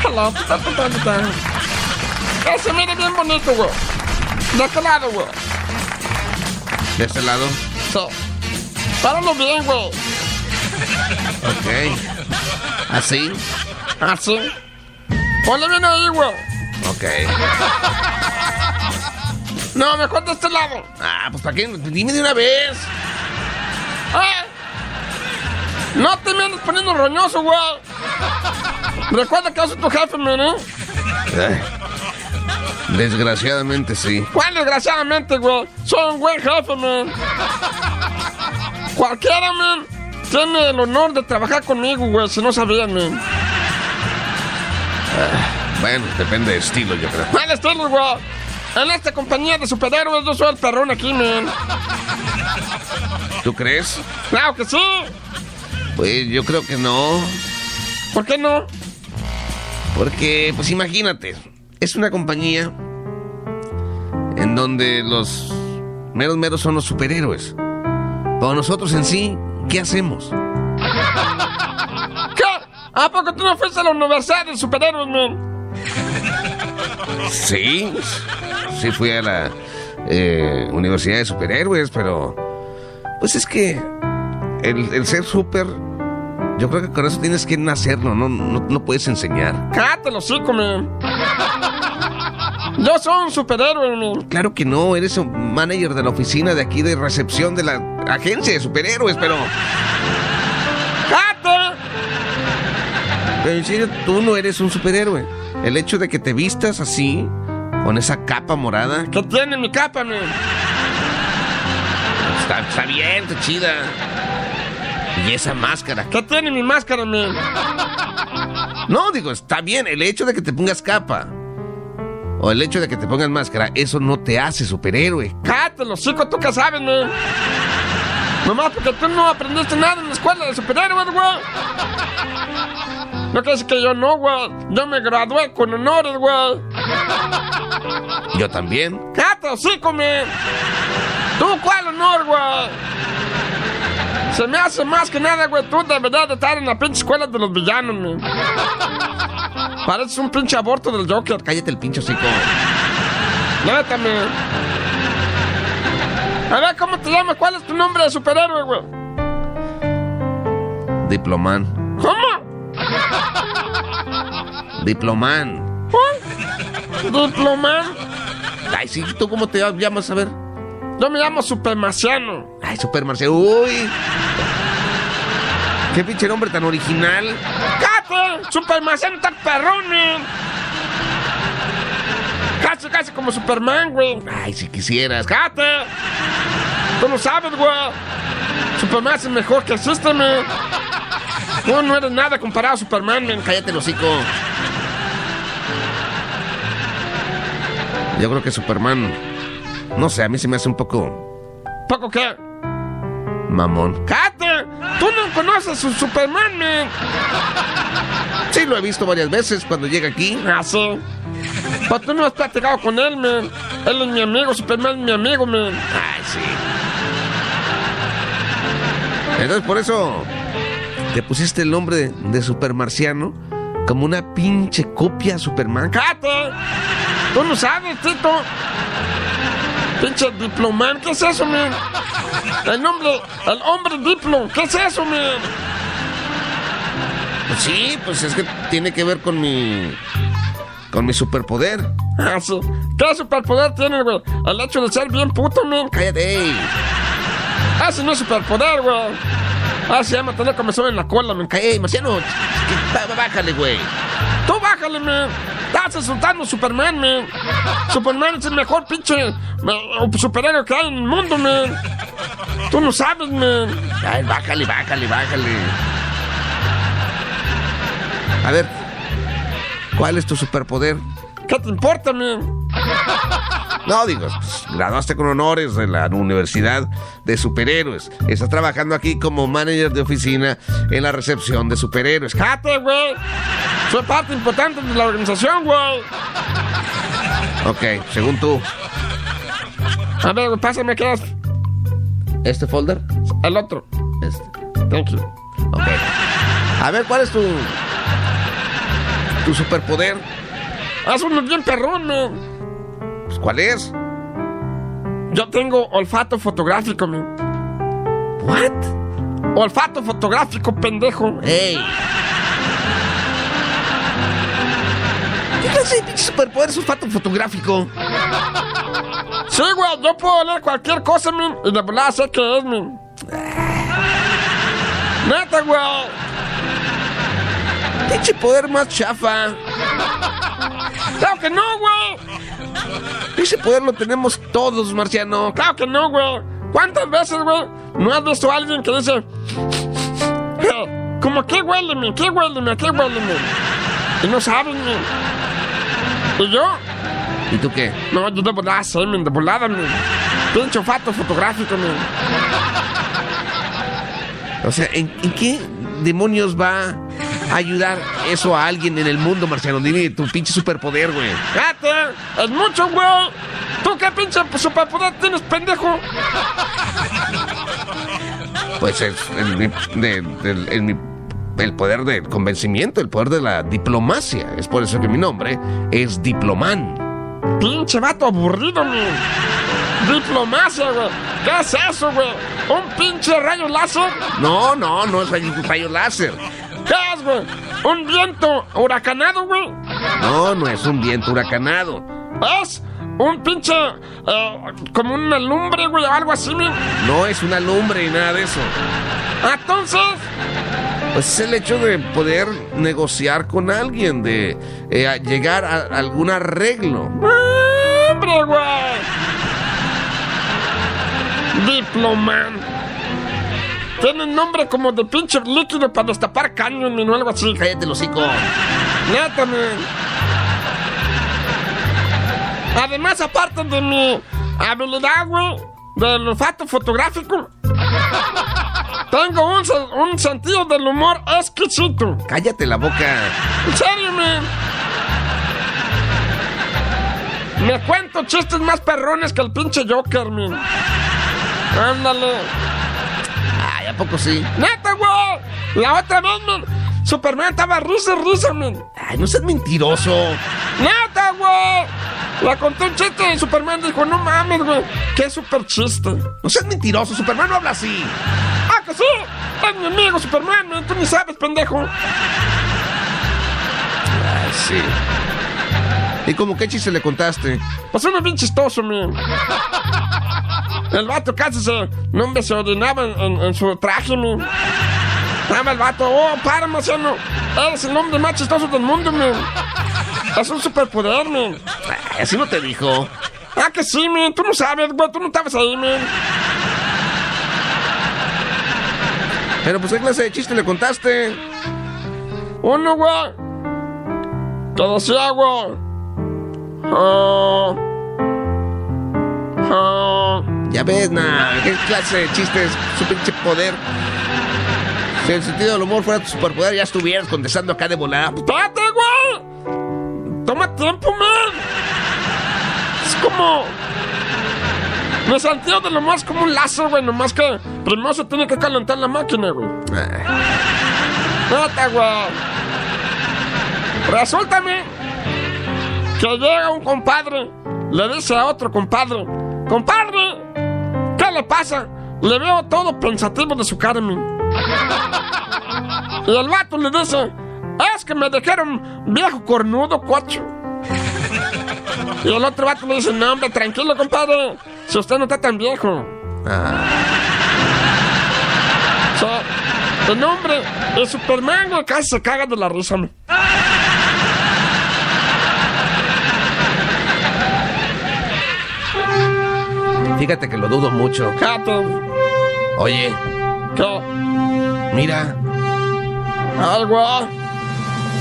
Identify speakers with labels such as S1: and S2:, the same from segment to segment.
S1: Hello. Eso, mire bien bonito, güey. De este lado, güey.
S2: De este lado.
S1: Sí. Páralo bien, güey.
S2: Ok. Así.
S1: Así. Ponle bien ahí, güey.
S2: Ok.
S1: No, mejor de este lado.
S2: Ah, pues para qué. Dime de una vez.
S1: ¡Eh! No te me andes poniendo roñoso, güey. Recuerda que yo soy tu jefe, mire.
S2: Ay. Desgraciadamente sí.
S1: ¿Cuál desgraciadamente, güey? Soy un buen jefe, man. Cualquiera, man, tiene el honor de trabajar conmigo, güey, si no sabían, man.
S2: Bueno, depende de estilo, yo creo.
S1: Mal estilo, güey. En esta compañía de superhéroes yo soy el perrón aquí, man.
S2: ¿Tú crees?
S1: Claro que sí.
S2: Pues yo creo que no.
S1: ¿Por qué no?
S2: Porque, pues imagínate, es una compañía en donde los meros meros son los superhéroes. Pero nosotros en sí, ¿qué hacemos?
S1: ¿Qué? ¿A poco tú no fuiste a la universidad de superhéroes, man?
S2: Sí, sí fui a la eh, Universidad de Superhéroes, pero pues es que el, el ser súper, yo creo que con eso tienes que nacerlo, no, no, no puedes enseñar.
S1: Cállate los hocico, man. Yo soy un superhéroe, man.
S2: Claro que no, eres un manager de la oficina de aquí de recepción de la agencia de superhéroes, pero...
S1: ¡Cállate!
S2: Pero en serio, tú no eres un superhéroe. El hecho de que te vistas así, con esa capa morada,
S1: ¿Qué tiene mi capa, man?
S2: está, está bien, está chida. Y esa máscara.
S1: ¿Qué tiene mi máscara, man?
S2: No, digo, está bien. El hecho de que te pongas capa o el hecho de que te pongas máscara, eso no te hace superhéroe.
S1: Cállate los chicos, tú que sabes, man. Nomás porque tú no aprendiste nada en la escuela de superhéroes, güey. No crees que yo no, güey. Yo me gradué con honores, güey.
S2: Yo también.
S1: Cállate los chicos, man. ¿Tú cuál honor, güey? Se me hace más que nada, güey. Tú deberías de estar en la pinche escuela de los villanos, man. Pareces un pinche aborto del Joker.
S2: Cállate el pinche hocico.
S1: Neta, man. A ver, ¿cómo te llamas? ¿Cuál es tu nombre de superhéroe, güey?
S2: Diplomán.
S1: ¿Cómo?
S2: Diplomán.
S1: ¿Cuál? ¿Diploman?
S2: Ay, sí, ¿tú cómo te llamas? A ver.
S1: Yo me llamo Supermaciano.
S2: Ay, Supermarcelo. Uy. Qué pinche nombre tan original.
S1: ¡Cállate! ¡Supermaciano está perrón, man! Casi, casi como Superman, güey.
S2: Ay, si quisieras. Ah,
S1: ¡Cállate! Tú lo sabes, güey. Superman es el mejor que existe, man. Tú no eres nada comparado a Superman, man.
S2: Cállate el hocico. Yo creo que Superman. No sé, a mí se me hace un poco
S1: ¿Poco qué?
S2: mamón.
S1: ¡Cállate! Tú no conoces a Superman, man.
S2: Sí, lo he visto varias veces cuando llega aquí.
S1: Así. Pero Ah, Pues tú no has platicado con él, man. Él es mi amigo, Superman es mi amigo, man.
S2: Ay, sí. Entonces, por eso te pusiste el nombre de, de Supermarciano como una pinche copia a Superman.
S1: ¡Cállate! Tú no sabes, Tito. Pinche diplomán, ¿qué es eso, man? El nombre, el hombre diplo, ¿qué es eso, man?
S2: Pues sí, pues es que tiene que ver con mi. con mi superpoder.
S1: Ah, sí. ¿Qué superpoder tiene, güey? El hecho de ser bien puto, man.
S2: Cállate, ey.
S1: Ah, sí, no es superpoder, güey. Ah, se llama tener comezón en la cola, man.
S2: Cállate, ey, Marciano. ch- ch- bá- bá- Bájale, güey.
S1: Tú bájale, man. Estás insultando a Superman, man. Superman es el mejor pinche man, superhéroe que hay en el mundo, man. Tú no sabes, man.
S2: Ay, bájale, bájale, bájale. A ver, ¿cuál es tu superpoder?
S1: ¿Qué te importa, men?
S2: No, digo, pues, graduaste con honores de la Universidad de Superhéroes. Estás trabajando aquí como manager de oficina en la recepción de superhéroes. ¡Ja!
S1: Cate, güey. Soy parte importante de la organización, güey.
S2: Ok, según tú,
S1: A ver, güey, pásame qué es
S2: ¿este folder?
S1: el otro.
S2: Este.
S1: Thank you.
S2: Ok. A ver, ¿cuál es tu. tu superpoder?
S1: Haz uno bien perrón, men.
S2: Pues, ¿Cuál es?
S1: Yo tengo olfato fotográfico, men.
S2: ¿What?
S1: Olfato fotográfico, pendejo.
S2: ¡Ey! ¿Qué clase de pinche superpoder es un fato fotográfico?
S1: Sí, güey, yo puedo leer cualquier cosa, men. Y de verdad sé qué es, men. Neta, güey.
S2: ¡Pinche poder más chafa!
S1: Claro Tá que no, güey.
S2: Ese poder lo tenemos todos, Marciano.
S1: Claro Tá que no, güey. ¿Cuántas veces, güey, no has visto a alguien que dice... Como, ¿qué huele, men? ¿Qué huele, men? ¿Qué huele, men? Y no saben, men. Y yo...
S2: ¿Y tú qué?
S1: No, yo de volada sé, men, de volada, men. Pinche olfato fotográfico, men.
S2: O sea, ¿en, en qué demonios va a ayudar eso a alguien en el mundo, Marciano? Dime tu pinche superpoder, güey.
S1: Cállate, es mucho, güey. ¿Tú qué pinche superpoder tienes, pendejo?
S2: Pues es el, de- del- el- mi- el poder del convencimiento, el poder de la diplomacia. Es por eso que mi nombre es Diplomán.
S1: Pinche vato aburrido, men. Diplomacia, güey. ¿Qué es eso, güey? ¿Un pinche rayo láser?
S2: No, no, no es rayo, rayo láser.
S1: ¿Qué es, güey? ¿Un viento huracanado, güey?
S2: No, no es un viento huracanado.
S1: ¿Es un pinche... eh, como una lumbre, güey, o algo así, men?
S2: No es una lumbre y nada de eso.
S1: Entonces...
S2: Pues es el hecho de poder negociar con alguien, de eh, a- llegar a algún arreglo.
S1: ¡Hombre, güey! Diploman. Tiene nombre como de pinche líquido para destapar cañón men, o algo así.
S2: Cállate, el hocico.
S1: Neta, men. Además, aparte de mi habilidad, güey, del olfato fotográfico, tengo un, sen- un sentido del humor exquisito.
S2: Cállate la boca.
S1: En serio, men. Me cuento chistes más perrones que el pinche Joker, men. Ándale.
S2: Ay, ¿a poco sí?
S1: Neta, güey. La otra vez, men. Superman estaba risa, y risa, men.
S2: Ay, no seas mentiroso.
S1: Neta, güey. Le conté un chiste y Superman dijo, no mames, güey. Qué super chiste.
S2: No seas mentiroso. Superman no habla así.
S1: Ah, que sí. Es mi amigo Superman, men. Tú ni sabes, pendejo.
S2: Ay, sí. ¿Y como qué chiste le contaste?
S1: Pues uno bien chistoso, men. El vato casi se. No, hombre, se orinaba en, en- en su traje, men. Estaba el vato, oh, para, Marciano. Eres el hombre más chistoso del mundo, men. Es un superpoder, men.
S2: Ay, así no te dijo.
S1: Ah, que sí, men. Tú no sabes, güey. Tú no estabas ahí, men.
S2: Pero pues, ¿qué clase de chiste le contaste?
S1: Uno, güey. Que decía, güey. Ah. Ah.
S2: Ya ves, nah. ¿Qué clase de chiste es su pinche poder? Si el sentido del humor fuera tu superpoder, ya estuvieras contestando acá de volada.
S1: ¡Espérate, güey! ¡Toma tiempo, man! Es como... Me sentido de lo más como un lazo, güey. Nomás que primero se tiene que calentar la máquina, güey.
S2: Ay,
S1: Neta, güey. Resulta, men, que llega un compadre. Le dice a otro compadre. Compadre, ¿qué le pasa? Le veo todo pensativo de su cara, men. Y el vato le dice, es que me dejaron viejo cornudo, cocho. Y el otro vato le dice, no, hombre, tranquilo, compadre. Si usted no está tan viejo.
S2: ah.
S1: O sea, el nombre de Superman güey, casi se caga de la risa, men.
S2: Fíjate que lo dudo mucho.
S1: Fíjate,
S2: Oye,
S1: que
S2: mira,
S1: algo.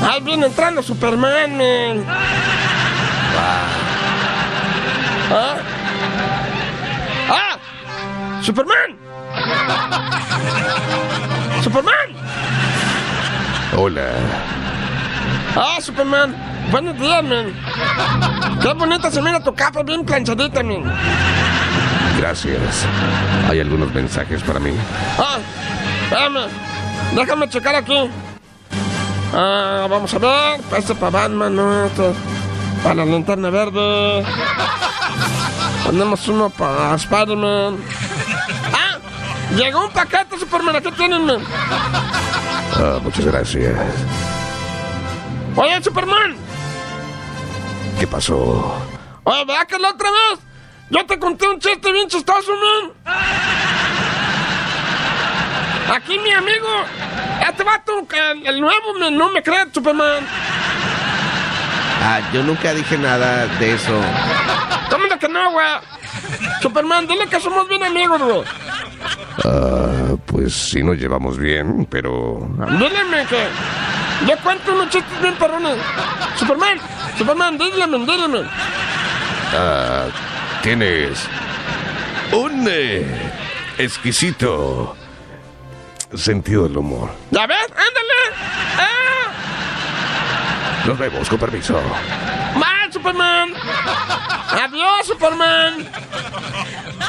S1: Ahí viene entrando Superman, men. ¿Ah? ¡Ah! ¡Superman! ¡Superman!
S2: Hola.
S1: ¡Ah, Superman! Buenos días, men. Qué bonita se mira tu capa, bien planchadita, men.
S2: Gracias. Hay algunos mensajes para mí.
S1: Ah, espérame. Déjame checar aquí. Ah, vamos a ver. Este para Batman, ¿no? Este para la linterna verde. Ponemos uno para Spider-Man. Ah, llegó un paquete, Superman. Aquí tienen, men.
S2: Ah, muchas gracias.
S1: Oye, Superman.
S2: ¿Qué pasó?
S1: Oye, vea que la otra vez. Yo te conté un chiste bien chistoso, men. Aquí mi amigo, este vato, el, el nuevo, men, no me cree, Superman.
S2: Ah, yo nunca dije nada de eso.
S1: ¿Cómo de que no, güey? Superman, dile que somos bien amigos, güey.
S2: Ah, pues sí nos llevamos bien, pero...
S1: Dile, men, que yo cuento unos chistes bien perrones. Superman, Superman, dile, men, dile, men.
S2: Ah, tienes un eh, exquisito sentido del humor.
S1: ¿Ya ves? Ándale. ¡Ah!
S2: Nos vemos, con permiso.
S1: ¡Mal, Superman! ¡Adiós, Superman!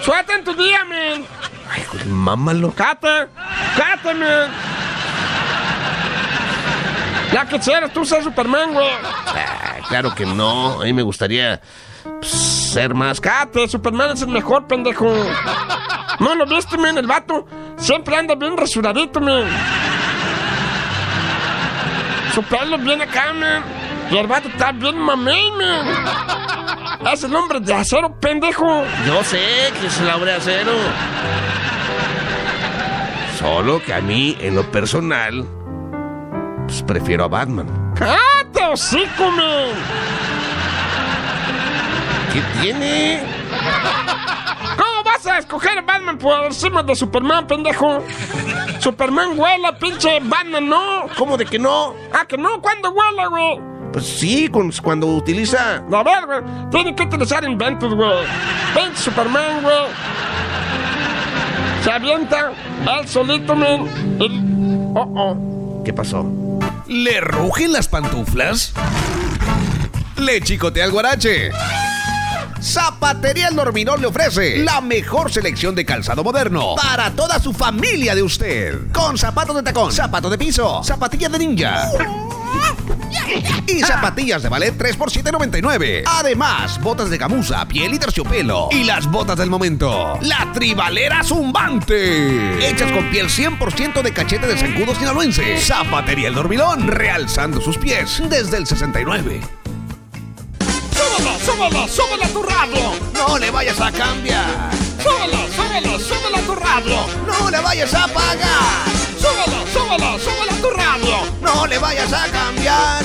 S1: ¡Suerte en tu día, men!
S2: Mámalo.
S1: ¡Cata! ¡Cata, men! Ya quisieras tú ser Superman, güey.
S2: Ah, claro que no. A mí me gustaría pues, ser más... ca-
S1: Cate, Superman es el mejor, pendejo. ¿No lo viste, men? El vato siempre anda bien rasuradito, men. Su pelo bien acá, men. Y el vato está bien mamey, men. Es el hombre de acero, pendejo.
S2: Yo sé que es la obra acero. Solo que a mí, en lo personal, pues, prefiero a Batman.
S1: ¡Cate, hocico, men!
S2: ¿Qué tiene?
S1: ¿Cómo vas a escoger a Batman por encima de Superman, pendejo? Superman huela, pinche Batman, ¿no?
S2: ¿Cómo de que no?
S1: Ah, que no, ¿cuándo huela, güey?
S2: Pues sí, con- cuando utiliza...
S1: A ver, güey. Tienen que utilizar inventos, güey. Ven, Superman, güey. Se avienta al solito, men. El- Oh, oh.
S2: ¿Qué pasó?
S3: ¿Le rugen las pantuflas? ¿Le chicotea el guarache? Zapatería El Dormirón le ofrece la mejor selección de calzado moderno para toda su familia de usted. Con zapatos de tacón, zapatos de piso, zapatillas de ninja. Y
S1: Ah.
S3: zapatillas de ballet 3 por 7.99. Además, botas de gamuza, piel y terciopelo. Y las botas del momento. La tribalera zumbante. Hechas con piel 100% de cachete de zancudo sinaloense. Zapatería El Dormilón, realzando sus pies desde el 69.
S1: ¡Súbela, súbela, súbela a tu radio!
S3: No le vayas a cambiar.
S1: ¡Súbela, súbela, súbela a tu radio!
S3: No le vayas a pagar.
S1: ¡Súbela, súbela, súbela a tu radio!
S3: No le vayas a cambiar.